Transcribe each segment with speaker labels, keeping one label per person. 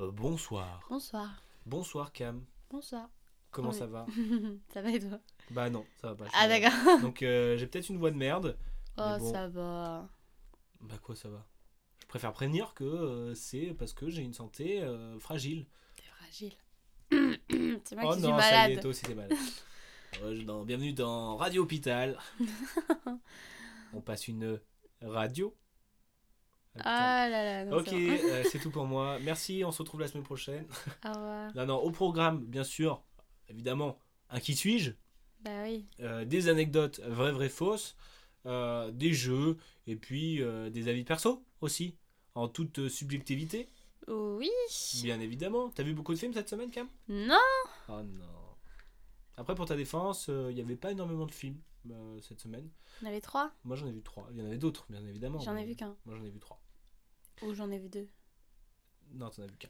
Speaker 1: Euh, bonsoir.
Speaker 2: Bonsoir.
Speaker 1: Bonsoir Cam.
Speaker 2: Bonsoir.
Speaker 1: Comment
Speaker 2: Oui.
Speaker 1: ça va
Speaker 2: ça va et toi
Speaker 1: Bah non, ça va pas. je suis
Speaker 2: Ah
Speaker 1: désolé.
Speaker 2: d'accord.
Speaker 1: Donc euh, j'ai peut-être une voix de merde.
Speaker 2: Oh,
Speaker 1: bon.
Speaker 2: ça va.
Speaker 1: Bah quoi, ça va Je préfère prévenir que euh, c'est parce que j'ai une santé euh, fragile.
Speaker 2: T'es fragile. C'est moi
Speaker 1: oh
Speaker 2: qui suis
Speaker 1: non, ça y est,
Speaker 2: malade.
Speaker 1: toi aussi t'es malade. Euh, je- dans- bienvenue dans Radio Hôpital. On passe une radio. Ah,
Speaker 2: Ah là là.
Speaker 1: putain.
Speaker 2: Non,
Speaker 1: ok,
Speaker 2: c'est bon.
Speaker 1: euh, c'est tout pour moi. Merci, on se retrouve la semaine prochaine.
Speaker 2: Au revoir.
Speaker 1: Non, non, au programme, bien sûr, évidemment, un qui suis-je,
Speaker 2: Bah oui.
Speaker 1: euh, des anecdotes vraies, vraies, fausses, euh, des jeux, et puis euh, des avis perso aussi, en toute euh, subjectivité,
Speaker 2: Oh Oui.
Speaker 1: bien évidemment. T'as vu beaucoup de films cette semaine, Cam
Speaker 2: Non.
Speaker 1: Oh non. Après, pour ta défense, euh, il n'y avait pas énormément de films euh, cette semaine.
Speaker 2: On avait trois.
Speaker 1: Moi, j'en ai vu trois. Il y en avait d'autres, bien évidemment.
Speaker 2: J'en
Speaker 1: Oh,
Speaker 2: ai
Speaker 1: mais
Speaker 2: vu qu'un.
Speaker 1: Moi, j'en ai vu trois.
Speaker 2: Ou j'en ai vu deux.
Speaker 1: Non, t'en as vu qu'un.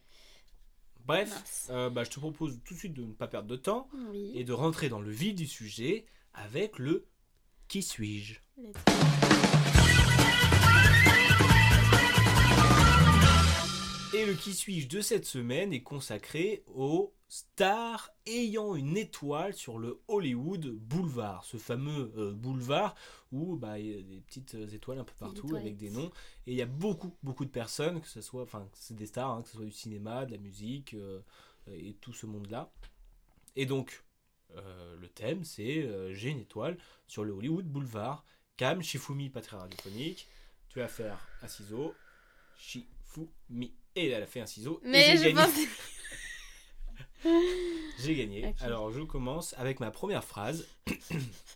Speaker 1: Bref,
Speaker 2: Mince.
Speaker 1: euh, bah, je te propose tout de suite de ne pas perdre de temps
Speaker 2: Oui.
Speaker 1: et de rentrer dans le vif du sujet avec le Qui suis-je
Speaker 2: Les-
Speaker 1: Et le qui suis-je de cette semaine est consacré aux stars ayant une étoile sur le Hollywood Boulevard, ce fameux euh, boulevard où bah, il y a des petites euh, étoiles un peu partout avec
Speaker 2: étoilettes.
Speaker 1: des noms. Et il y a beaucoup, beaucoup de personnes, que ce soit, enfin, c'est des stars, hein, que ce soit du cinéma, de la musique euh, et tout ce monde-là. Et donc, euh, le thème, c'est euh, j'ai une étoile sur le Hollywood Boulevard. Cam, Shifumi, pas très radiophonique. Tu vas faire un ciseau. Shifumi. Et elle a fait un ciseau. et
Speaker 2: Mais
Speaker 1: j'ai gagné.
Speaker 2: je pensais.
Speaker 1: J'ai gagné.
Speaker 2: Ok.
Speaker 1: Alors je commence avec ma première phrase.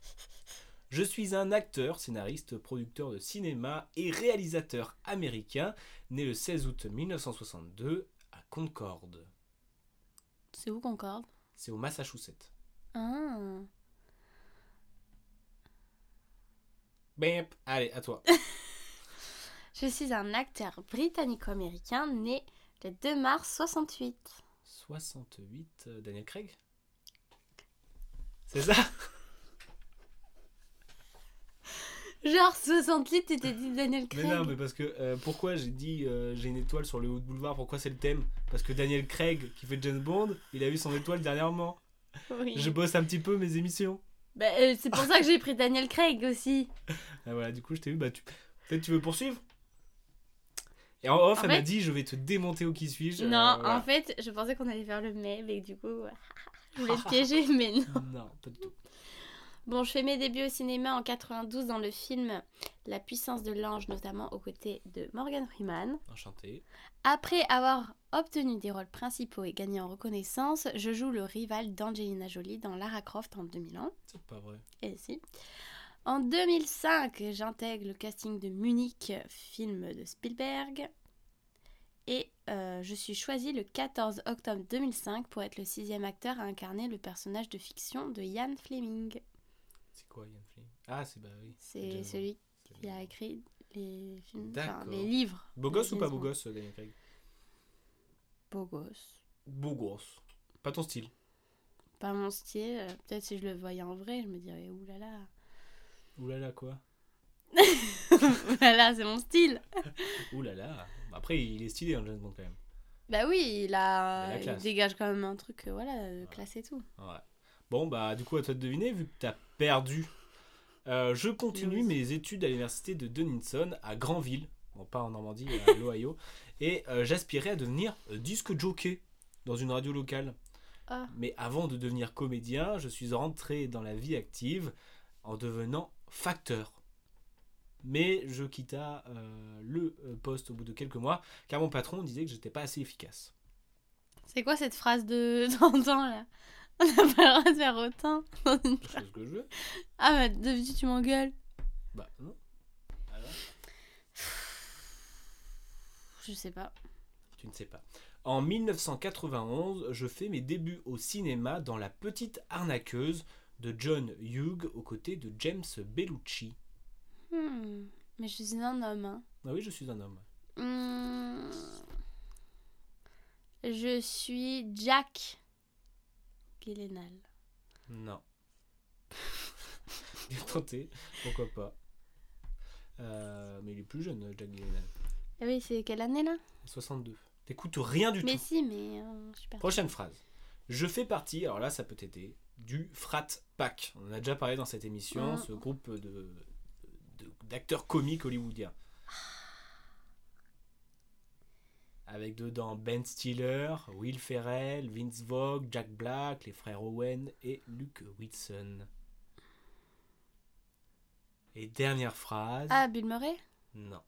Speaker 1: je suis un acteur, scénariste, producteur de cinéma et réalisateur américain, né le 16 août 1962 à Concorde.
Speaker 2: C'est où Concorde
Speaker 1: C'est au Massachusetts.
Speaker 2: Ah.
Speaker 1: Bam Allez, à toi.
Speaker 2: Je suis un acteur britannico-américain né le 2 mars 68.
Speaker 1: 68, euh, Daniel Craig C'est ça
Speaker 2: Genre 68, t'étais dit Daniel
Speaker 1: Mais
Speaker 2: Craig.
Speaker 1: non, mais parce que euh, pourquoi j'ai dit euh, j'ai une étoile sur le haut de boulevard Pourquoi c'est le thème Parce que Daniel Craig, qui fait James Bond, il a eu son étoile dernièrement.
Speaker 2: Oui.
Speaker 1: Je bosse un petit peu mes émissions.
Speaker 2: Bah, euh, c'est pour ça que j'ai pris Daniel Craig aussi.
Speaker 1: Ah, voilà, du coup, je t'ai eu. Bah, tu... Peut-être tu veux poursuivre Et en off,
Speaker 2: En
Speaker 1: elle
Speaker 2: fait-
Speaker 1: m'a dit je vais te démonter au qui suis-je. euh,
Speaker 2: non,
Speaker 1: voilà.
Speaker 2: en fait, je pensais qu'on allait faire le mais, mais du coup, je voulais te piéger, mais non.
Speaker 1: Non, pas du tout.
Speaker 2: Bon, je fais mes débuts au cinéma en 92 dans le film La puissance de l'ange, notamment aux côtés de Morgan Freeman.
Speaker 1: Enchanté.
Speaker 2: Après avoir obtenu des rôles principaux et gagné en reconnaissance, je joue le rival d'Angelina Jolie dans Lara Croft en 2001.
Speaker 1: C'est pas vrai.
Speaker 2: Et si. En 2005, j'intègre le casting de Munich, film de Spielberg. Et euh, je suis choisie le 14 octobre 2005 pour être le sixième acteur à incarner le personnage de fiction de Ian Fleming.
Speaker 1: C'est quoi, Yann Flynn Ah, c'est bah oui.
Speaker 2: C'est
Speaker 1: James
Speaker 2: celui
Speaker 1: Bond.
Speaker 2: qui a écrit les films, enfin,
Speaker 1: D'accord.
Speaker 2: les livres.
Speaker 1: Beau
Speaker 2: de
Speaker 1: gosse ou
Speaker 2: James
Speaker 1: pas beau
Speaker 2: Bond.
Speaker 1: gosse, Daniel Craig
Speaker 2: Beau gosse.
Speaker 1: Beau gosse. Pas ton style.
Speaker 2: Pas mon style. euh, Peut-être si je le voyais en vrai, je me dirais oulala.
Speaker 1: Oulala, là là, quoi
Speaker 2: oulala, c'est mon style.
Speaker 1: Oulala. Là là. Bah, Après, il est stylé, hein, James Bond, quand même.
Speaker 2: Bah oui, il
Speaker 1: Il a
Speaker 2: a,
Speaker 1: la
Speaker 2: il
Speaker 1: classe.
Speaker 2: dégage quand même un truc, euh, voilà, euh, classe et tout.
Speaker 1: Ouais. Bon, bah, du coup, à toi de deviner, vu que t'as perdu. Euh, je continue
Speaker 2: Oui.
Speaker 1: mes études à l'université de Denison à Granville, bon, pas en Normandie, à l'Ohio, et euh, j'aspirais à devenir euh, disque jockey dans une radio locale.
Speaker 2: Ah.
Speaker 1: Mais avant de devenir comédien, je suis rentré dans la vie active en devenant facteur. Mais je quitta euh, le euh, poste au bout de quelques mois, car mon patron disait que j'étais pas assez efficace.
Speaker 2: C'est quoi cette phrase de d'antan là On n'a pas le droit de faire autant. dans une
Speaker 1: C'est
Speaker 2: phrase.
Speaker 1: ce que je veux.
Speaker 2: ah bah d'habitude tu m'engueules.
Speaker 1: Bah, non.
Speaker 2: Je sais pas.
Speaker 1: Tu ne sais pas. En 1991, je fais mes débuts au cinéma dans La Petite Arnaqueuse de John Hughes aux côtés de James Bellucci.
Speaker 2: Hmm, Mais je suis un homme. hein.
Speaker 1: Ah oui, je suis un homme.
Speaker 2: Hmm, Je suis Jack Gyllenhaal.
Speaker 1: Non. Bien tenté, pourquoi pas. Euh, mais il est plus jeune, Jack Gyllenhaal.
Speaker 2: Ah oui, c'est quelle année là
Speaker 1: 62. T'écoutes rien du
Speaker 2: Mais
Speaker 1: tout.
Speaker 2: si, mais euh, je suis perdue.
Speaker 1: Prochaine phrase. Je fais partie, alors là ça peut t'aider, du Frat Pack. On en a déjà parlé dans cette émission,
Speaker 2: Mm.
Speaker 1: ce groupe de de- d'acteurs comiques hollywoodiens. Avec dedans Ben Stiller, Will Ferrell, Vince Vogue, Jack Black, les frères Owen et Luke Wilson. Et dernière phrase.
Speaker 2: Ah, Bill Murray
Speaker 1: Non.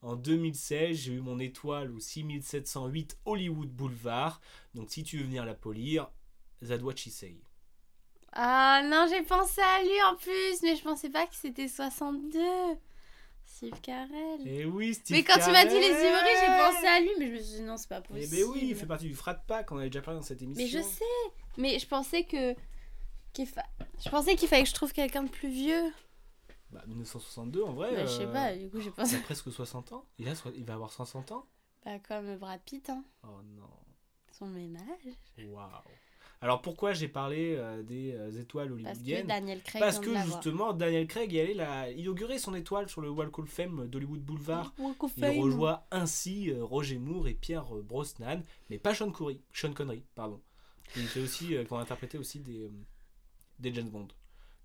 Speaker 1: En 2016, j'ai eu mon étoile au 6708 Hollywood Boulevard. Donc si tu veux venir la polir, that what she say.
Speaker 2: Ah non, j'ai pensé à lui en plus, mais je pensais pas que c'était 62. Steve Carell.
Speaker 1: Et Eh oui, Steve
Speaker 2: mais quand tu m'as dit les
Speaker 1: Carell
Speaker 2: humoristes, j'ai pensé à lui, mais je me suis dit non, c'est pas
Speaker 1: Eh
Speaker 2: possible.
Speaker 1: ben oui, il fait partie du Frat Pack, on avait déjà parlé dans cette émission.
Speaker 2: Mais je sais, mais je pensais que. qu'il fa- Je pensais qu'il fallait que je trouve quelqu'un de plus vieux.
Speaker 1: Bah, 1962 en vrai.
Speaker 2: Bah, je sais
Speaker 1: euh,
Speaker 2: pas, du coup j'ai
Speaker 1: Il
Speaker 2: pensé.
Speaker 1: a presque 60 ans. Il, a so- il va avoir 60 ans
Speaker 2: Bah, comme Brad Pitt, hein.
Speaker 1: Oh non.
Speaker 2: Ils sont le même âge.
Speaker 1: Waouh. Alors pourquoi j'ai parlé euh, des euh, étoiles
Speaker 2: Parce que
Speaker 1: hollywoodiennes
Speaker 2: Daniel Craig.
Speaker 1: Parce
Speaker 2: vient
Speaker 1: que
Speaker 2: de l'avoir.
Speaker 1: justement, Daniel Craig est allé la... inaugurer son étoile sur le Walk of Fame d'Hollywood Boulevard.
Speaker 2: Walk of
Speaker 1: Il
Speaker 2: Fame.
Speaker 1: rejoint ainsi euh, Roger Moore et Pierre euh, Brosnan, mais pas Sean, Connery, Sean Connery, pardon. Il fait aussi, euh, qui ont interprété aussi des, euh, des James Bond.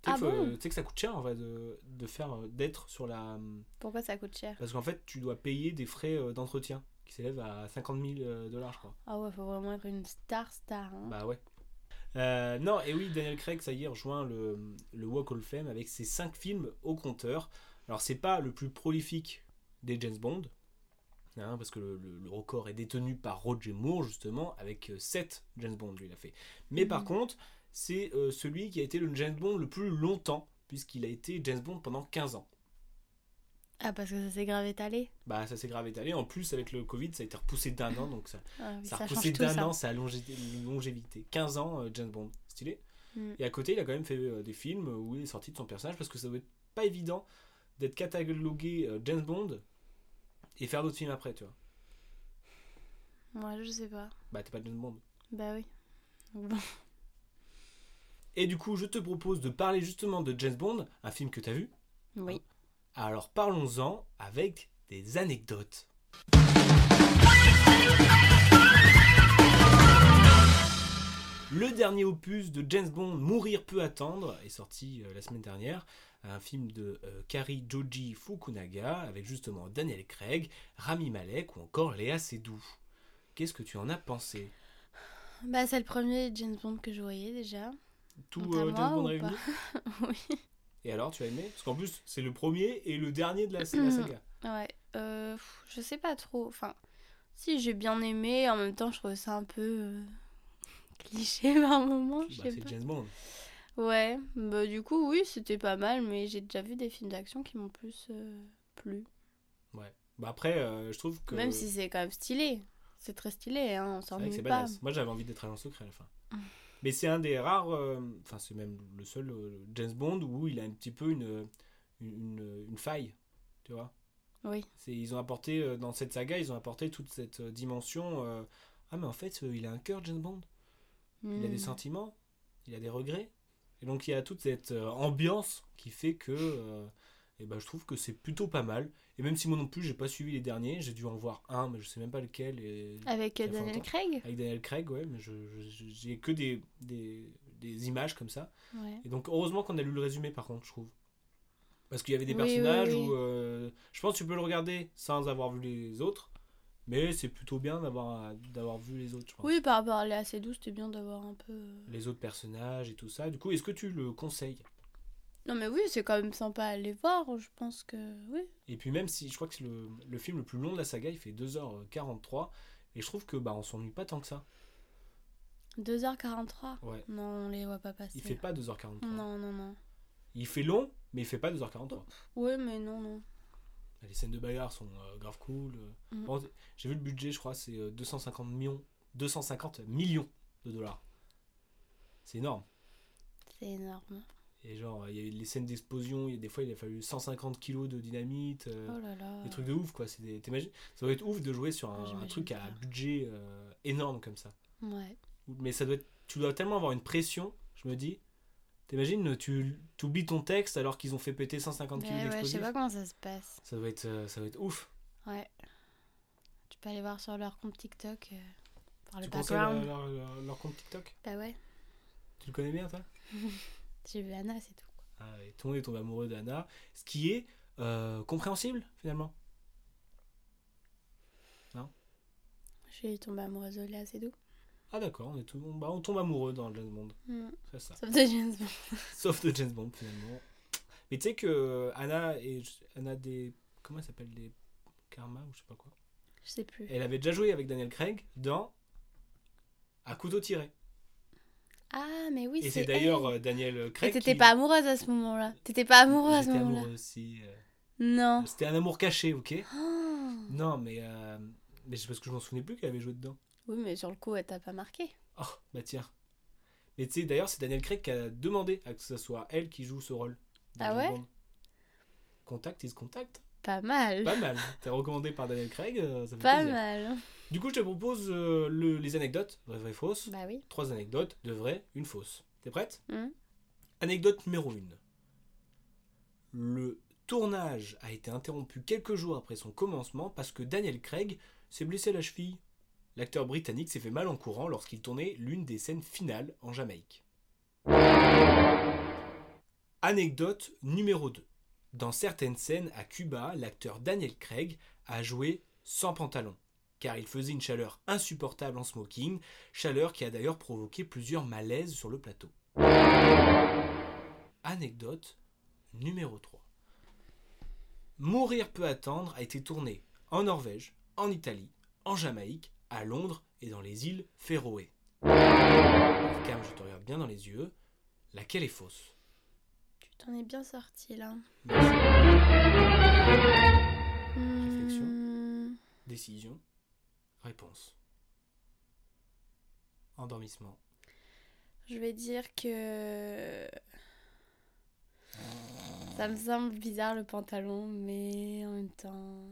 Speaker 1: Tu sais
Speaker 2: Ah
Speaker 1: que, euh,
Speaker 2: bon
Speaker 1: tu sais que ça coûte cher en vrai de, de faire euh, d'être sur la euh,
Speaker 2: Pourquoi ça coûte cher
Speaker 1: parce qu'en fait tu dois payer des frais euh, d'entretien qui s'élèvent à 50 000 euh, dollars je crois.
Speaker 2: Ah ouais, faut vraiment être une star star. Hein.
Speaker 1: Bah ouais. Euh, non et oui Daniel Craig ça y est rejoint le, le Walk of Fame avec ses 5 films au compteur. Alors c'est pas le plus prolifique des James Bond, hein, parce que le, le- le record est détenu par Roger Moore, justement, avec 7 James Bond, lui, il a fait. Mais par
Speaker 2: Mhm.
Speaker 1: contre, c'est euh, celui qui a été le James Bond le plus longtemps, puisqu'il a été James Bond pendant 15 ans.
Speaker 2: Ah, parce que ça s'est grave étalé.
Speaker 1: Bah, ça s'est grave étalé. En plus, avec le Covid, ça a été repoussé d'un an, donc ça,
Speaker 2: Ah oui,
Speaker 1: ça a
Speaker 2: ça
Speaker 1: repoussé
Speaker 2: change tout
Speaker 1: d'un
Speaker 2: ça.
Speaker 1: an, ça a longé, longévité. 15 ans, euh, James Bond. Stylé.
Speaker 2: Mm.
Speaker 1: Et à côté, il a quand même fait euh, des films où il est sorti de son personnage, parce que ça doit être pas évident d'être catalogué euh, James Bond et faire d'autres films après, tu vois.
Speaker 2: Moi, je sais pas.
Speaker 1: Bah, t'es pas James Bond.
Speaker 2: Bah oui. Donc, bon.
Speaker 1: Et du coup, je te propose de parler justement de James Bond, un film que t'as vu.
Speaker 2: Oui.
Speaker 1: Alors parlons-en avec des anecdotes. Le dernier opus de James Bond, Mourir peut attendre, est sorti euh, la semaine dernière. Un film de euh, Kari Joji Fukunaga avec justement Daniel Craig, Rami Malek ou encore Léa Seydoux. Qu'est-ce que tu en as pensé
Speaker 2: Bah, c'est le premier James Bond que je voyais déjà.
Speaker 1: Tout
Speaker 2: Quant à
Speaker 1: euh,
Speaker 2: moi,
Speaker 1: James Bond
Speaker 2: ou
Speaker 1: réuni
Speaker 2: oui.
Speaker 1: Et alors, tu as aimé Parce qu'en plus, c'est le premier et le dernier de la,
Speaker 2: Hmm.
Speaker 1: la saga.
Speaker 2: Ouais. Euh, pff, je sais pas trop. Enfin, si, j'ai bien aimé. En même temps, je trouve ça un peu. euh, cliché par moment.
Speaker 1: Bah,
Speaker 2: Je sais
Speaker 1: c'est
Speaker 2: pas.
Speaker 1: James Bond.
Speaker 2: Ouais. Bah, du coup, oui, c'était pas mal. Mais j'ai déjà vu des films d'action qui m'ont plus euh, plu.
Speaker 1: Ouais. Bah après, euh, je trouve que.
Speaker 2: Même si c'est quand même stylé. C'est très stylé, hein. On
Speaker 1: C'est vrai que
Speaker 2: s'ennuie
Speaker 1: c'est
Speaker 2: pas.
Speaker 1: badass. Moi, j'avais envie d'être agent secret à la fin. Mais c'est un des rares, euh, enfin c'est même le seul euh, James Bond où il a un petit peu une, une, une- une faille, tu vois.
Speaker 2: Oui.
Speaker 1: C'est- Ils ont apporté, euh, dans cette saga, ils ont apporté toute cette euh, dimension. euh, ah mais en fait, euh, il a un cœur, James Bond. Il a
Speaker 2: Hmm.
Speaker 1: des sentiments, il a des regrets. Et donc il y a toute cette euh, ambiance qui fait que euh, eh ben, je trouve que c'est plutôt pas mal. Et même si moi non plus, j'ai pas suivi les derniers, j'ai dû en voir un, mais je sais même pas lequel. Et...
Speaker 2: Avec
Speaker 1: Ça fait
Speaker 2: Daniel
Speaker 1: longtemps.
Speaker 2: Craig
Speaker 1: Avec Daniel Craig, ouais, mais je, je- je- j'ai que des, des, des images comme ça.
Speaker 2: Ouais.
Speaker 1: Et donc heureusement qu'on a lu le résumé par contre, je trouve. Parce qu'il y avait des
Speaker 2: Oui,
Speaker 1: personnages
Speaker 2: oui, oui.
Speaker 1: où euh, je pense que tu peux le regarder sans avoir vu les autres, mais c'est plutôt bien d'avoir, d'avoir vu les autres, je pense.
Speaker 2: Oui, par rapport à la assez douce, c'était bien d'avoir un peu. euh,
Speaker 1: Les autres personnages et tout ça. Du coup, est-ce que tu le conseilles
Speaker 2: Non, mais oui, c'est quand même sympa à aller voir. Je pense que. Oui.
Speaker 1: Et puis même si je crois que c'est le, le film le plus long de la saga, il fait 2h43, et je trouve que bah on s'ennuie pas tant que ça.
Speaker 2: 2h43.
Speaker 1: Ouais.
Speaker 2: Non, on les voit pas passer.
Speaker 1: Il fait pas 2h43.
Speaker 2: Non, non, non.
Speaker 1: Il fait long, mais il fait pas 2h43.
Speaker 2: Oui, mais non, non.
Speaker 1: Les scènes de bagarre sont euh, grave cool. euh.
Speaker 2: Mhm.
Speaker 1: Par contre, J'ai vu le budget, je crois, c'est euh, 250 millions, 250 millions de dollars. C'est énorme.
Speaker 2: C'est énorme.
Speaker 1: Et genre, il y a eu les scènes d'explosion, il y a- des fois il a fallu 150 kilos de dynamite. euh,
Speaker 2: Oh là là.
Speaker 1: Des trucs de ouf, quoi. C'est des... t'imagines- Ça doit être ouf de jouer sur
Speaker 2: Ah,
Speaker 1: un, un
Speaker 2: j'imagine
Speaker 1: truc à
Speaker 2: bien.
Speaker 1: budget euh, énorme comme ça.
Speaker 2: Ouais.
Speaker 1: Mais ça doit être... tu dois tellement avoir une pression, je me dis. T'imagines, tu oublies ton texte alors qu'ils ont fait péter 150 kilos
Speaker 2: Eh Ouais, ouais, je sais
Speaker 1: d'explosifs.
Speaker 2: pas comment ça se passe.
Speaker 1: ça, doit être, euh, ça doit être ouf.
Speaker 2: Ouais. Tu peux aller voir sur leur compte TikTok. euh, voir le
Speaker 1: tu penses à
Speaker 2: background.
Speaker 1: leur, leur- leur- leur compte TikTok
Speaker 2: Bah ouais.
Speaker 1: Tu le connais bien, toi
Speaker 2: J'ai vu Anna, c'est tout.
Speaker 1: ah, et Tout le monde est tombé amoureux d'Anna. Ce qui est euh, compréhensible, finalement.
Speaker 2: J'ai tombé amoureuse de là, c'est tout.
Speaker 1: Ah, d'accord, on, est tout... bah, on tombe amoureux dans le monde.
Speaker 2: Mm.
Speaker 1: C'est ça.
Speaker 2: Sauf de James Bond.
Speaker 1: Sauf de James Bond, finalement. Mais tu sais que Anna, et Anna des. Comment elle s'appelle Des Karma ou je sais pas quoi.
Speaker 2: Je sais plus.
Speaker 1: Elle avait déjà joué avec Daniel Craig dans. À couteau tiré.
Speaker 2: Ah, mais oui,
Speaker 1: et
Speaker 2: c'est
Speaker 1: c'est d'ailleurs
Speaker 2: elle.
Speaker 1: euh, Daniel
Speaker 2: Et
Speaker 1: Craig.
Speaker 2: t'étais
Speaker 1: qui-
Speaker 2: pas amoureuse à ce moment-là. T'étais pas amoureuse à ce
Speaker 1: J'étais
Speaker 2: moment-là. Oh.
Speaker 1: amoureux aussi. euh.
Speaker 2: Non.
Speaker 1: C'était un amour caché, ok
Speaker 2: Oh.
Speaker 1: Non, mais. euh, Mais c'est parce que je m'en souvenais plus qu'elle avait joué dedans.
Speaker 2: Oui, mais sur le coup, elle t'a pas marqué.
Speaker 1: Oh, bah tiens. Mais tu sais, d'ailleurs, c'est Daniel Craig qui a demandé à que ce soit elle qui joue ce rôle. dans
Speaker 2: Ah
Speaker 1: James
Speaker 2: ouais
Speaker 1: Bond. Contact is contact.
Speaker 2: Pas mal.
Speaker 1: Pas mal. T'es recommandé par Daniel Craig, euh, ça fait
Speaker 2: Pas
Speaker 1: plaisir.
Speaker 2: mal.
Speaker 1: Du coup, je te propose euh, le- les anecdotes, vraies, vraies, fausses.
Speaker 2: Bah oui.
Speaker 1: Trois anecdotes, de vraies, une fausse. T'es prête
Speaker 2: Mhm.
Speaker 1: Anecdote numéro 1. Le tournage a été interrompu quelques jours après son commencement parce que Daniel Craig s'est blessé à la cheville. L'acteur britannique s'est fait mal en courant lorsqu'il tournait l'une des scènes finales en Jamaïque. Anecdote numéro 2. Dans certaines scènes à Cuba, l'acteur Daniel Craig a joué sans pantalon, car il faisait une chaleur insupportable en smoking, chaleur qui a d'ailleurs provoqué plusieurs malaises sur le plateau. Anecdote numéro 3. Mourir peut attendre a été tourné en Norvège, en Italie, en Jamaïque, à Londres et dans les îles Féroé. Alors, Cam, je te regarde bien dans les yeux. Laquelle est fausse
Speaker 2: Tu t'en es bien sorti là.
Speaker 1: Merci.
Speaker 2: Réflexion. Hmm,
Speaker 1: Décision. Réponse. Endormissement.
Speaker 2: Je vais dire que. Ça me semble bizarre le pantalon, mais en même temps.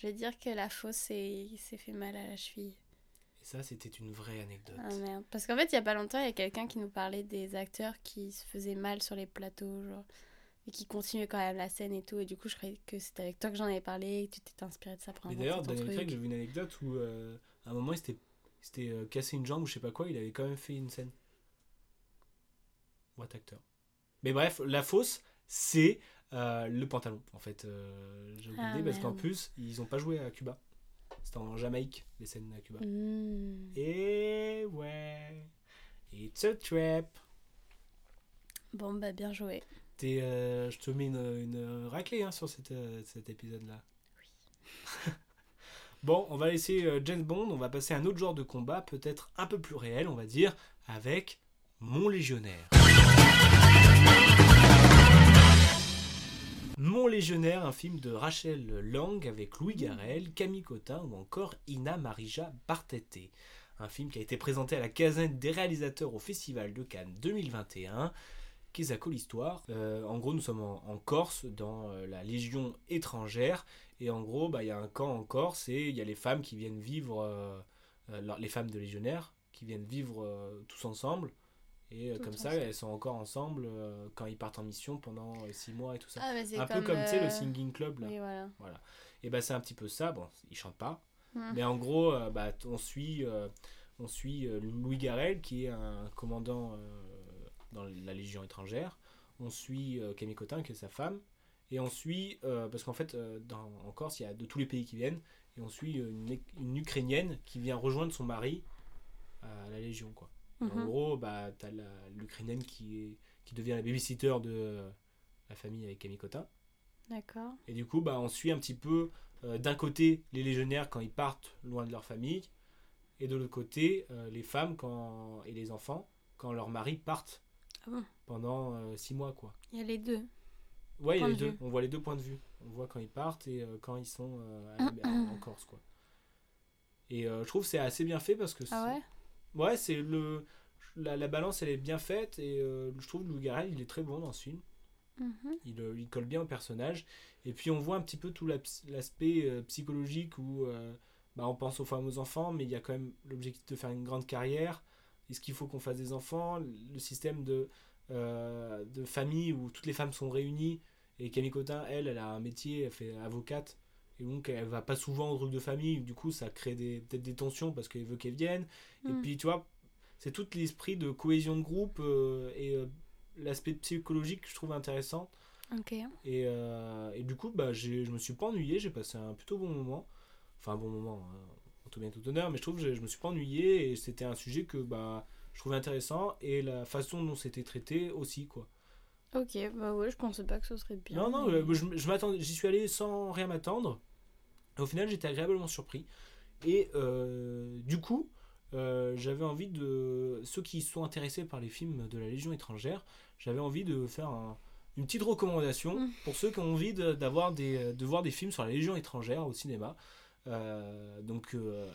Speaker 2: Je vais dire que la fausse c'est- il s'est fait mal à la cheville.
Speaker 1: Et ça, c'était une vraie anecdote.
Speaker 2: Ah merde. Parce qu'en fait, il y a pas longtemps, il y a quelqu'un qui nous parlait des acteurs qui se faisaient mal sur les plateaux, genre. Et qui continuaient quand même la scène et tout. Et du coup, je croyais que c'était avec toi que j'en avais parlé et que tu t'étais inspiré de ça pour
Speaker 1: Mais
Speaker 2: inventer
Speaker 1: d'ailleurs,
Speaker 2: ton
Speaker 1: Daniel Craig,
Speaker 2: truc.
Speaker 1: j'ai vu une anecdote où euh, à un moment, il s'était, il s'était, euh, cassé une jambe ou je sais pas quoi, il avait quand même fait une scène. What acteur. Mais bref, la fausse, c'est euh, le pantalon, en fait. euh, j'ai oublié,
Speaker 2: Ah,
Speaker 1: parce qu'en
Speaker 2: merde.
Speaker 1: plus, ils ont pas joué à Cuba. C'était en Jamaïque, les scènes à Cuba.
Speaker 2: Hmm.
Speaker 1: Et ouais. It's a trap.
Speaker 2: Bon, bah, bien joué.
Speaker 1: T'es, euh, je te mets une, une raclée hein, sur cette, euh, cet épisode-là. bon, on va laisser euh, James Bond, on va passer à un autre genre de combat, peut-être un peu plus réel, on va dire, avec Mon Légionnaire. Mon Légionnaire, un film de Rachel Lang avec Louis Garrel, Camille Cotin ou encore Ina Marija Bartete. Un film qui a été présenté à la quinzaine des réalisateurs au Festival de Cannes 2021. Qu'est-ce que l'histoire Euh, En gros, nous sommes en, en Corse, dans euh, la Légion étrangère. Et en gros, bah, il y a un camp en Corse et il y a les femmes qui viennent vivre, euh, euh, leur- les femmes de légionnaires, qui viennent vivre euh, tous ensemble. Et euh,
Speaker 2: Toutes
Speaker 1: comme ça,
Speaker 2: ensemble.
Speaker 1: elles sont encore ensemble euh, quand ils partent en mission pendant euh, six mois et tout ça
Speaker 2: Ah, mais c'est
Speaker 1: un peu comme tu sais,
Speaker 2: euh,
Speaker 1: le singing club là.
Speaker 2: Oui, voilà.
Speaker 1: et ben c'est un petit peu ça bon il chante pas
Speaker 2: Hmm.
Speaker 1: mais en gros euh, bah, t- on suit euh, on suit euh, Louis Garrel qui est un commandant euh, dans la Légion étrangère on suit euh, Camille Cotin qui est sa femme et on suit euh, parce qu'en fait euh, dans, en Corse il y a de tous les pays qui viennent et on suit euh, une, une ukrainienne qui vient rejoindre son mari à la Légion quoi et En
Speaker 2: Mhm.
Speaker 1: gros, bah, t'as la- l'Ukrainienne qui, est- qui devient la babysitter de euh, la famille avec Camille Cotin.
Speaker 2: D'accord.
Speaker 1: Et du coup, bah, on suit un petit peu euh, d'un côté les légionnaires quand ils partent loin de leur famille, et de l'autre côté euh, les femmes quand, et les enfants quand leurs maris partent
Speaker 2: Ah bon
Speaker 1: pendant euh, six mois. quoi.
Speaker 2: Il y a les deux.
Speaker 1: Ouais, il y a
Speaker 2: Point
Speaker 1: les
Speaker 2: de
Speaker 1: deux.
Speaker 2: vue.
Speaker 1: on voit les deux points de vue. On voit quand ils partent et euh, quand ils sont euh, à la mer, en Corse, quoi. Et euh, je trouve que c'est assez bien fait parce que c'est-
Speaker 2: Ah ouais
Speaker 1: Ouais, c'est le la, la balance elle est bien faite et euh, je trouve que Lou Garrel il est très bon dans ce film.
Speaker 2: Mhm.
Speaker 1: Il, euh, il colle bien au personnage et puis on voit un petit peu tout la ps- l'aspect euh, psychologique où euh, bah, on pense aux femmes aux enfants mais il y a quand même l'objectif de faire une grande carrière. Est-ce qu'il faut qu'on fasse des enfants Le système de euh, de famille où toutes les femmes sont réunies et Camille Cotin elle elle a un métier elle fait avocate et donc elle va pas souvent au truc de famille du coup ça crée des peut-être des tensions parce qu'elle veut qu'elle vienne et
Speaker 2: Mm.
Speaker 1: puis, tu vois, c'est tout l'esprit de cohésion de groupe euh, et euh, l'aspect psychologique que je trouve intéressant.
Speaker 2: Ok.
Speaker 1: Et, euh, et du coup, bah, j'ai- je me suis pas ennuyé, j'ai passé un plutôt bon moment. Enfin, un bon moment, hein, en tout bien tout honneur, mais je trouve que j'ai- je me suis pas ennuyé et c'était un sujet que bah, je trouvais intéressant et la façon dont c'était traité aussi, quoi.
Speaker 2: Ok, bah ouais, je pensais pas que ce serait bien.
Speaker 1: Non, non,
Speaker 2: mais-
Speaker 1: euh, je, je m'attendais- j'y suis allé sans rien m'attendre. Et Au final, j'étais agréablement surpris. Et euh, du coup, euh, j'avais envie de. Ceux qui sont intéressés par les films de la Légion étrangère, j'avais envie de faire un- une petite recommandation
Speaker 2: Mm.
Speaker 1: pour ceux qui ont envie de, d'avoir des, de voir des films sur la Légion étrangère au cinéma. Euh, donc, euh,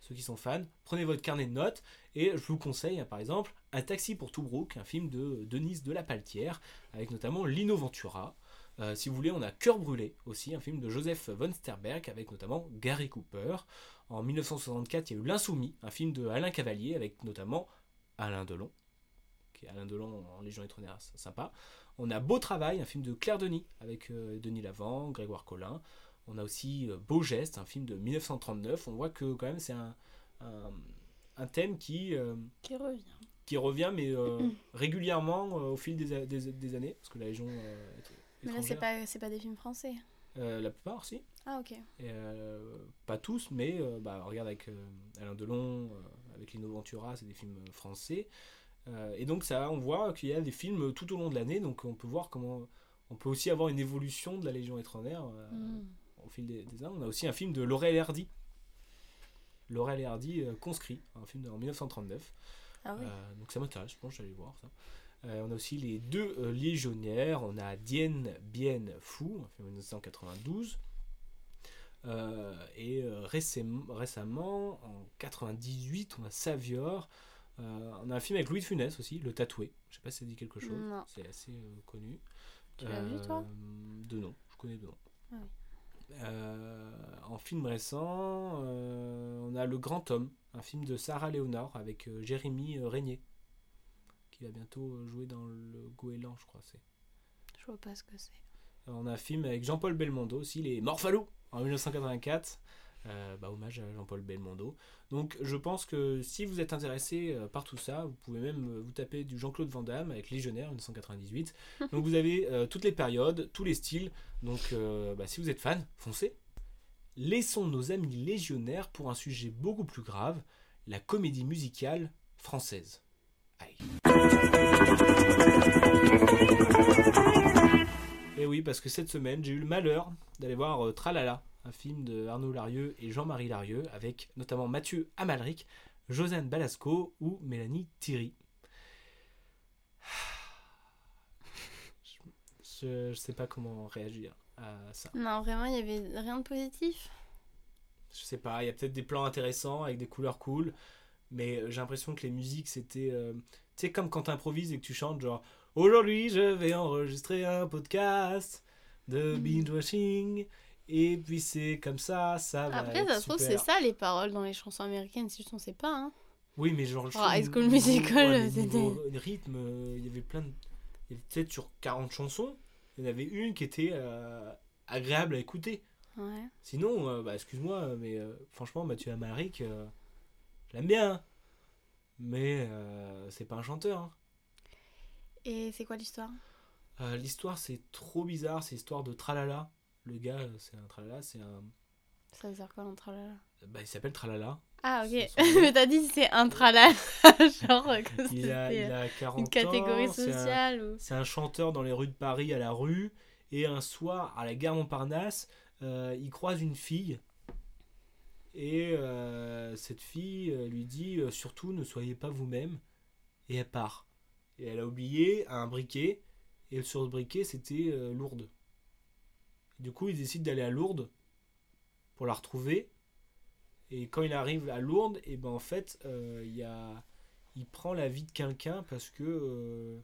Speaker 1: ceux qui sont fans, prenez votre carnet de notes et je vous conseille, hein, par exemple, Un taxi pour Toubrook, un film de Denise de la Paltière, avec notamment Lino Ventura. Euh, si vous voulez, on a Cœur brûlé aussi, un film de Joseph von Sterberg avec notamment Gary Cooper. En 1964, il y a eu L'Insoumis, un film de Alain Cavalier avec notamment Alain Delon. qui est Alain Delon en Légion étrangère, c'est sympa. On a Beau Travail, un film de Claire Denis avec euh, Denis Lavant, Grégoire Collin. On a aussi euh, Beau Geste, un film de 1939. On voit que quand même c'est un, un- un thème qui... euh,
Speaker 2: Qui revient.
Speaker 1: qui revient mais euh, régulièrement euh, au fil des, a- des- des années parce que la Légion euh, est-
Speaker 2: Mais là, c'est
Speaker 1: étrangère,
Speaker 2: pas, c'est pas des films français.
Speaker 1: euh, la plupart si
Speaker 2: Ah, ok.
Speaker 1: Et, euh, pas tous mais euh, bah, regarde avec euh, Alain Delon euh, avec Lino Ventura c'est des films euh, français Euh, et donc ça on voit qu'il y a des films tout au long de l'année donc on peut voir comment on peut aussi avoir une évolution de la Légion étrangère euh,
Speaker 2: Mm.
Speaker 1: au fil des, des ans. On a aussi un film de Laurel et Hardy Laurel et Hardy euh, conscrit un film de- en 1939
Speaker 2: Ah oui.
Speaker 1: euh, donc ça m'intéresse, je pense que j'allais voir ça. Euh, on a aussi les deux euh, légionnaires. On a Dien Bien Phu, un film de 1992. Euh, et euh, récem- récemment, en 98, on a Savior. Euh, on a un film avec Louis de Funès aussi, Le Tatoué. Je sais pas si ça dit quelque chose.
Speaker 2: Non.
Speaker 1: C'est assez euh, connu.
Speaker 2: Tu l'as vu, toi
Speaker 1: Euh, De nom. Je connais de nom.
Speaker 2: Ah oui.
Speaker 1: Euh, en film récent, euh, on a Le Grand Homme, un film de Sarah Léonard avec euh, Jérémy euh, Régnier, qui va bientôt euh, jouer dans Le Goéland, je crois. C'est.
Speaker 2: Je vois pas ce que c'est.
Speaker 1: Euh, on a un film avec Jean-Paul Belmondo aussi, Les Morphalos, en 1984. Euh, bah, hommage à Jean-Paul Belmondo. Donc je pense que si vous êtes intéressé euh, par tout ça, vous pouvez même euh, vous taper du Jean-Claude Van Damme avec Légionnaire 1998. Donc vous avez euh, toutes les périodes, tous les styles. Donc euh, bah, si vous êtes fan, foncez. Laissons nos amis légionnaires pour un sujet beaucoup plus grave, la comédie musicale française. Aïe. Et Eh oui, parce que cette semaine, j'ai eu le malheur d'aller voir euh, Tralala, un film de Arnaud Larieux et Jean-Marie Larieux, avec notamment Mathieu Amalric, Josiane Balasco ou Mélanie Thierry. Je, je sais pas comment réagir à ça.
Speaker 2: Non, vraiment, il y avait rien de positif.
Speaker 1: Je sais pas, il y a peut-être des plans intéressants avec des couleurs cool, mais euh, j'ai l'impression que les musiques c'était. euh, tu sais, comme quand t'improvises et que tu chantes, genre Aujourd'hui je vais enregistrer un podcast de
Speaker 2: Mhm.
Speaker 1: binge watching, et puis c'est comme ça, ça va.
Speaker 2: Après,
Speaker 1: être
Speaker 2: ça se trouve, c'est
Speaker 1: Ah bah, super.
Speaker 2: ça les paroles dans les chansons américaines, si je ne sais pas. Hein.
Speaker 1: Oui, mais genre. je
Speaker 2: Genre,
Speaker 1: trouve
Speaker 2: High School
Speaker 1: niveau-
Speaker 2: Musical, euh,
Speaker 1: ouais, mais
Speaker 2: c'était-
Speaker 1: niveau rythme, euh, il y avait plein de. Il y avait peut-être sur 40 chansons, il y en avait une qui était euh, agréable à écouter.
Speaker 2: Ouais.
Speaker 1: Sinon, euh, bah, excuse-moi, mais euh, franchement, Mathieu Amalric, euh, je l'aime bien. hein. Mais euh, c'est pas un chanteur. hein.
Speaker 2: Et c'est quoi l'histoire
Speaker 1: Euh, l'histoire, c'est trop bizarre. C'est l'histoire de Tralala. Le gars, euh, c'est un Tralala, c'est un.
Speaker 2: Ça veut dire quoi, un tralala
Speaker 1: Bah, il s'appelle Tralala.
Speaker 2: Ah, ok.
Speaker 1: C'est son-
Speaker 2: Mais t'as dit c'est un tralala, genre que
Speaker 1: Il a,
Speaker 2: c'était
Speaker 1: il a 40
Speaker 2: une catégorie
Speaker 1: ans, c'est un-
Speaker 2: sociale ou...
Speaker 1: C'est un chanteur dans les rues de Paris à la rue. Et un soir, à la gare Montparnasse, euh, il croise une fille. Et euh, cette fille euh, lui dit euh, surtout ne soyez pas vous-même. Et elle part. Et elle a oublié un briquet. Et sur ce briquet, c'était euh, Lourdes. Du coup, il décide d'aller à Lourdes pour la retrouver. Et quand il arrive à Lourdes, et ben en fait, euh, il y a... il prend la vie de quelqu'un parce que, euh,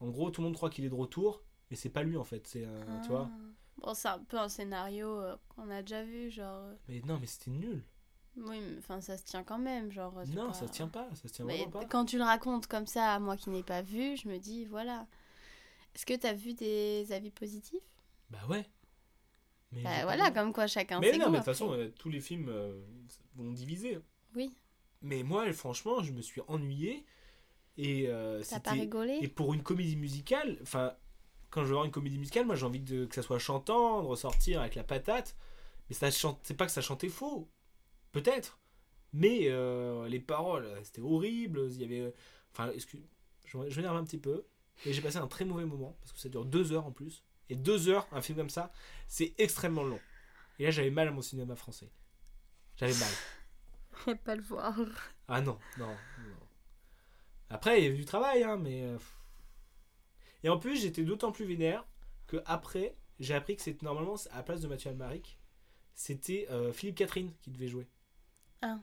Speaker 1: en gros, tout le monde croit qu'il est de retour, mais c'est pas lui en fait. C'est un, tu vois.
Speaker 2: Ah. Bon, c'est un peu un scénario euh, qu'on a déjà vu, genre. euh,
Speaker 1: Mais non, mais c'était nul.
Speaker 2: Oui, mais enfin, ça se tient quand même, genre. euh, c'est
Speaker 1: Non,
Speaker 2: pas-
Speaker 1: ça se tient pas, ça se tient
Speaker 2: Mais
Speaker 1: vraiment pas.
Speaker 2: quand tu le racontes comme ça à moi qui n'ai pas vu, je me dis, voilà. Est-ce que t'as vu des avis positifs
Speaker 1: Bah ouais. Mais j'ai
Speaker 2: Bah
Speaker 1: pas
Speaker 2: voilà,
Speaker 1: vu.
Speaker 2: comme quoi chacun
Speaker 1: Mais
Speaker 2: ses
Speaker 1: non,
Speaker 2: goûts
Speaker 1: mais de toute
Speaker 2: après.
Speaker 1: façon, euh, tous les films euh, vont diviser.
Speaker 2: Oui,
Speaker 1: Mais moi, franchement, je me suis ennuyé. Et euh,
Speaker 2: t'as pas
Speaker 1: c'était.
Speaker 2: rigolé
Speaker 1: Et pour une comédie musicale, enfin, quand je veux voir une comédie musicale, moi j'ai envie de, que ça soit chantant, de ressortir avec la patate. Mais ça chante, c'est pas que ça chantait faux, peut-être. Mais euh, les paroles, euh, c'était horrible. Il y avait, euh, enfin, excuse, je, je m'énerve un petit peu. Et j'ai passé un très mauvais moment parce que ça dure deux heures en plus. Et deux heures, un film comme ça, c'est extrêmement long. Et là, j'avais mal à mon cinéma français. J'avais mal.
Speaker 2: Je pas le voir.
Speaker 1: Ah non, non, non. Après, il y avait du travail, hein, mais. euh, pff. Et en plus, j'étais d'autant plus vénère que après, j'ai appris que c'était normalement à la place de Mathieu Almaric, c'était euh, Philippe Catherine qui devait jouer.
Speaker 2: Ah.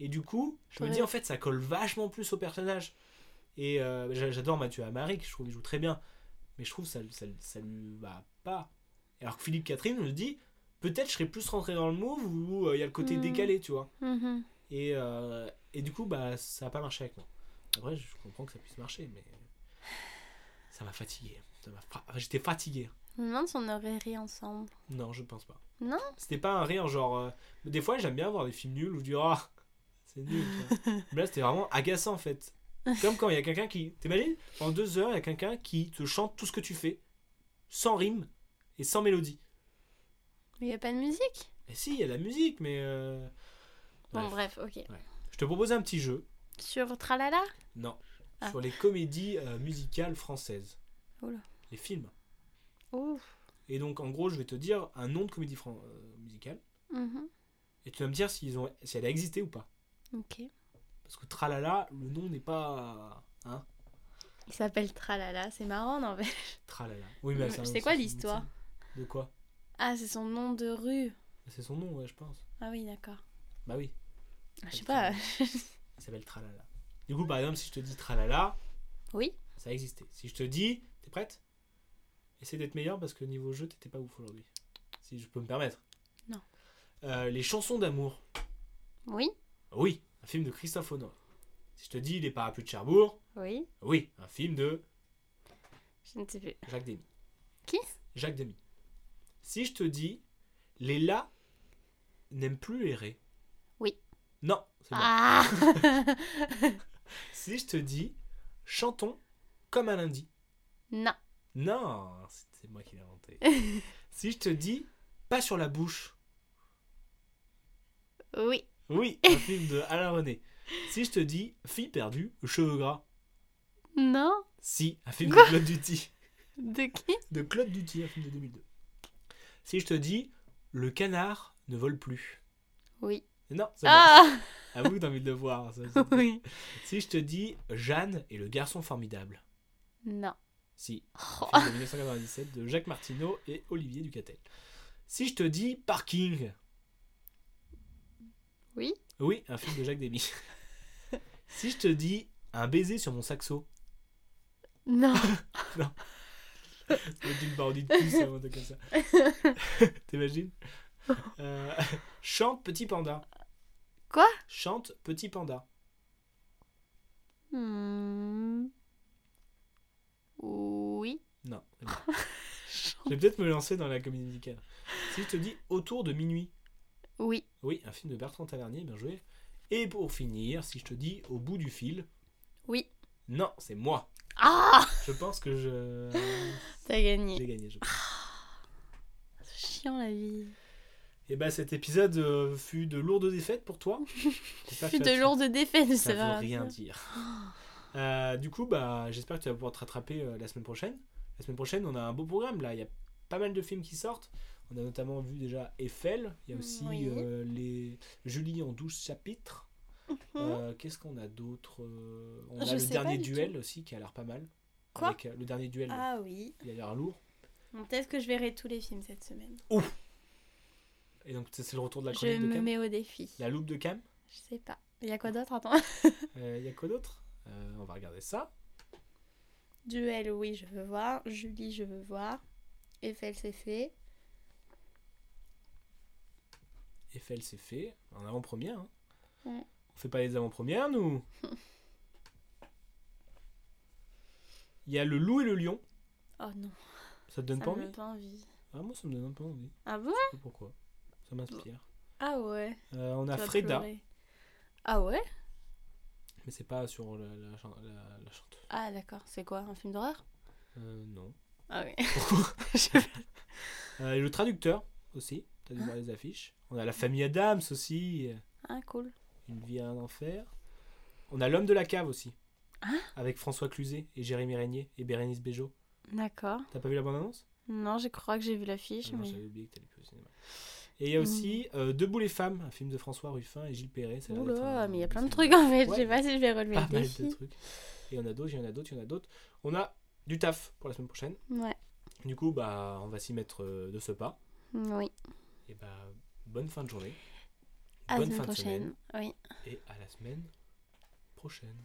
Speaker 1: Et du coup, je me
Speaker 2: Ouais.
Speaker 1: dis en fait, ça colle vachement plus au personnage. Et euh, j'a- j'adore Mathieu Almaric, je trouve qu'il joue très bien, mais je trouve que ça, ça, ça lui va pas. Alors que Philippe Catherine, je me dis, peut-être je serais plus rentré dans le move où euh, il y a le côté
Speaker 2: Hmm.
Speaker 1: décalé, tu vois.
Speaker 2: Mhm.
Speaker 1: Et, euh, et du coup, bah, ça n'a pas marché avec moi. Après, je comprends que ça puisse marcher, mais ça m'a fatigué. Ça m'a fa- J'étais fatigué.
Speaker 2: Je me demande si on aurait ri ensemble.
Speaker 1: Non, je pense pas.
Speaker 2: Non
Speaker 1: C'était pas un rire, genre. euh, Des fois, j'aime bien voir des films nuls où je dis, ah, c'est nul. tu vois. mais là, c'était vraiment agaçant, en fait. Comme quand il y a quelqu'un qui. T'imagines En deux heures, il y a quelqu'un qui te chante tout ce que tu fais, sans rime et sans mélodie.
Speaker 2: Il n'y a pas de musique
Speaker 1: Et si, il y a de la musique, mais. euh,
Speaker 2: Bon,
Speaker 1: bref.
Speaker 2: bref, ok.
Speaker 1: Je te propose un petit jeu.
Speaker 2: Sur Tralala
Speaker 1: Non.
Speaker 2: Ah. Oh
Speaker 1: Sur les comédies euh, musicales françaises.
Speaker 2: Oula.
Speaker 1: Les films.
Speaker 2: Ouf.
Speaker 1: Et donc, en gros, je vais te dire un nom de comédie fran- euh, musicale.
Speaker 2: Mhm.
Speaker 1: Et tu vas me dire s'ils ont, si elle a existé ou pas.
Speaker 2: Ok.
Speaker 1: Parce que Tralala, le nom n'est pas. Hein
Speaker 2: Il s'appelle Tralala, c'est marrant, non mais...
Speaker 1: Tralala. Oui, mais
Speaker 2: Mais
Speaker 1: ça-
Speaker 2: c'est
Speaker 1: ça-
Speaker 2: quoi
Speaker 1: ça-
Speaker 2: l'histoire
Speaker 1: De quoi Bah,
Speaker 2: Ah, c'est son nom de rue.
Speaker 1: C'est son nom, ouais, je pense.
Speaker 2: Ah oui, d'accord.
Speaker 1: Bah oui,
Speaker 2: Ah, Je sais pas.
Speaker 1: il s'appelle Tralala. Du coup, par exemple, si je te dis Tralala,
Speaker 2: oui
Speaker 1: ça a existé. Si je te dis. T'es prête Essaie d'être meilleur parce que niveau jeu, t'étais pas ouf aujourd'hui. Si je peux me permettre.
Speaker 2: Non.
Speaker 1: Euh, les chansons d'amour.
Speaker 2: Oui
Speaker 1: Oui, un film de Christophe Honoré. Si je te dis Les Parapluies de Cherbourg,
Speaker 2: Oui
Speaker 1: oui, un film de
Speaker 2: Je ne sais plus.
Speaker 1: Jacques Demy.
Speaker 2: Qui
Speaker 1: Jacques Demy. Si je te dis Les lats n'aiment plus errer.
Speaker 2: Oui.
Speaker 1: Non, c'est bon.
Speaker 2: Ah
Speaker 1: Si je te dis Chantons comme un lundi.
Speaker 2: Non.
Speaker 1: Non, c'est c'est moi qui l'ai inventé. si je te dis Pas sur la bouche.
Speaker 2: Oui.
Speaker 1: Oui, un film de Alain René. Si je te dis Fille perdue, cheveux gras.
Speaker 2: Non
Speaker 1: Si, un film de
Speaker 2: Quoi
Speaker 1: Claude Duty.
Speaker 2: De qui
Speaker 1: de Claude Duty, un film de 2002. Si je te dis Le canard ne vole plus.
Speaker 2: Oui.
Speaker 1: Non, c'est
Speaker 2: Ah
Speaker 1: bon. Avoue que t'as envie de le voir. ça, c'est-
Speaker 2: Oui.
Speaker 1: si je te dis Jeanne et le garçon formidable.
Speaker 2: Non.
Speaker 1: Si,
Speaker 2: Oh.
Speaker 1: un film de 1997 de Jacques Martineau et Olivier Ducatel. Si je te dis Parking.
Speaker 2: Oui
Speaker 1: Oui, un film de Jacques Demy. si je te dis Un baiser sur mon saxo.
Speaker 2: Non.
Speaker 1: Ça doit être une parodie de plus, un truc comme ça. T'imagines Euh, Chante petit panda.
Speaker 2: Quoi
Speaker 1: Chante petit panda.
Speaker 2: Hmm. Oui.
Speaker 1: Non. c'est bon. Je vais peut-être me lancer dans la comédie musicale. Si je te dis autour de minuit.
Speaker 2: Oui.
Speaker 1: Oui, un film de Bertrand Tavernier, bien joué. Et pour finir, si je te dis au bout du fil.
Speaker 2: Oui.
Speaker 1: Non, c'est moi.
Speaker 2: Ah
Speaker 1: Je pense que je.
Speaker 2: T'as gagné.
Speaker 1: J'ai gagné, je pense.
Speaker 2: C'est chiant la vie.
Speaker 1: Et bah cet épisode euh, fut de lourdes défaites pour toi. J'espère que
Speaker 2: Plus
Speaker 1: ça
Speaker 2: de
Speaker 1: te-
Speaker 2: lourdes défaites,
Speaker 1: Ça
Speaker 2: ça va.
Speaker 1: veut rien dire. Euh, du coup, bah, j'espère que tu vas pouvoir te rattraper euh, la semaine prochaine. La semaine prochaine, on a un beau programme. Là, il y a pas mal de films qui sortent. On a notamment vu déjà Eiffel. Il y a aussi
Speaker 2: Oui.
Speaker 1: euh, les Julie en 12 chapitres. Euh, Qu'est-ce qu'on a d'autre Euh, On
Speaker 2: Je
Speaker 1: a le
Speaker 2: sais pas
Speaker 1: dernier
Speaker 2: du
Speaker 1: duel aussi qui a l'air pas mal.
Speaker 2: Quoi
Speaker 1: Avec, euh, le dernier duel,
Speaker 2: Ah oui.
Speaker 1: il a l'air lourd.
Speaker 2: Bon, Peut-être que je verrai tous les films cette semaine.
Speaker 1: Et donc, ça, c'est le retour de la
Speaker 2: Je
Speaker 1: chronique de
Speaker 2: me
Speaker 1: Cam.
Speaker 2: mets au défi.
Speaker 1: La loupe de Cam.
Speaker 2: Je sais pas. Il y a quoi d'autre Attends.
Speaker 1: Il y a quoi d'autre Euh, On va regarder ça.
Speaker 2: Duel, oui, je veux voir. Julie, je veux voir. FLCC.
Speaker 1: Eiffel, c'est fait. En avant-première. hein.
Speaker 2: Ouais.
Speaker 1: On fait pas les avant-premières, nous Il y a le loup et le lion.
Speaker 2: Oh non,
Speaker 1: Ça te donne
Speaker 2: ça
Speaker 1: pas
Speaker 2: me
Speaker 1: envie
Speaker 2: donne pas envie.
Speaker 1: Ah, moi, ça me donne pas envie.
Speaker 2: Ah bon
Speaker 1: Je sais pas pourquoi. Ça m'inspire.
Speaker 2: Ah ouais.
Speaker 1: Euh, on a
Speaker 2: tu vas
Speaker 1: Freda,
Speaker 2: pleurer. Ah ouais
Speaker 1: mais c'est pas sur la, la chan- la- la chanteuse.
Speaker 2: Ah d'accord, c'est quoi Un film d'horreur
Speaker 1: Euh, non.
Speaker 2: Ah oui.
Speaker 1: Euh, et le traducteur aussi. T'as dû voir les affiches. On a la famille Adams aussi. euh,
Speaker 2: Ah cool.
Speaker 1: Une vie à un enfer. On a l'homme de la cave aussi.
Speaker 2: Hein
Speaker 1: Avec François Cluzet et Jérémy Régnier et Bérénice Bejo.
Speaker 2: D'accord.
Speaker 1: T'as pas vu la bande-annonce
Speaker 2: Non, je crois que j'ai vu Mm. l'affiche,
Speaker 1: Ah non,
Speaker 2: mais...
Speaker 1: J'avais oublié que t'allais plus au cinéma. Et il y a aussi euh, Debout les femmes, un film de François Ruffin et Gilles Perret. Ça a l'air d'être
Speaker 2: Oula,
Speaker 1: un-
Speaker 2: mais il y a plein
Speaker 1: un
Speaker 2: de
Speaker 1: film
Speaker 2: trucs en fait.
Speaker 1: Ouais,
Speaker 2: je sais pas si je vais relever
Speaker 1: Pas
Speaker 2: le
Speaker 1: mal de
Speaker 2: défi.
Speaker 1: trucs. Et il y en a d'autres, il y en a d'autres, il y en a d'autres. On a du taf pour la semaine prochaine.
Speaker 2: Ouais.
Speaker 1: Du coup, bah, on va s'y mettre euh, de ce pas.
Speaker 2: Oui.
Speaker 1: Et bah, bonne fin de journée.
Speaker 2: À la
Speaker 1: bonne
Speaker 2: semaine
Speaker 1: fin de semaine.
Speaker 2: prochaine. Oui.
Speaker 1: Et à la semaine prochaine.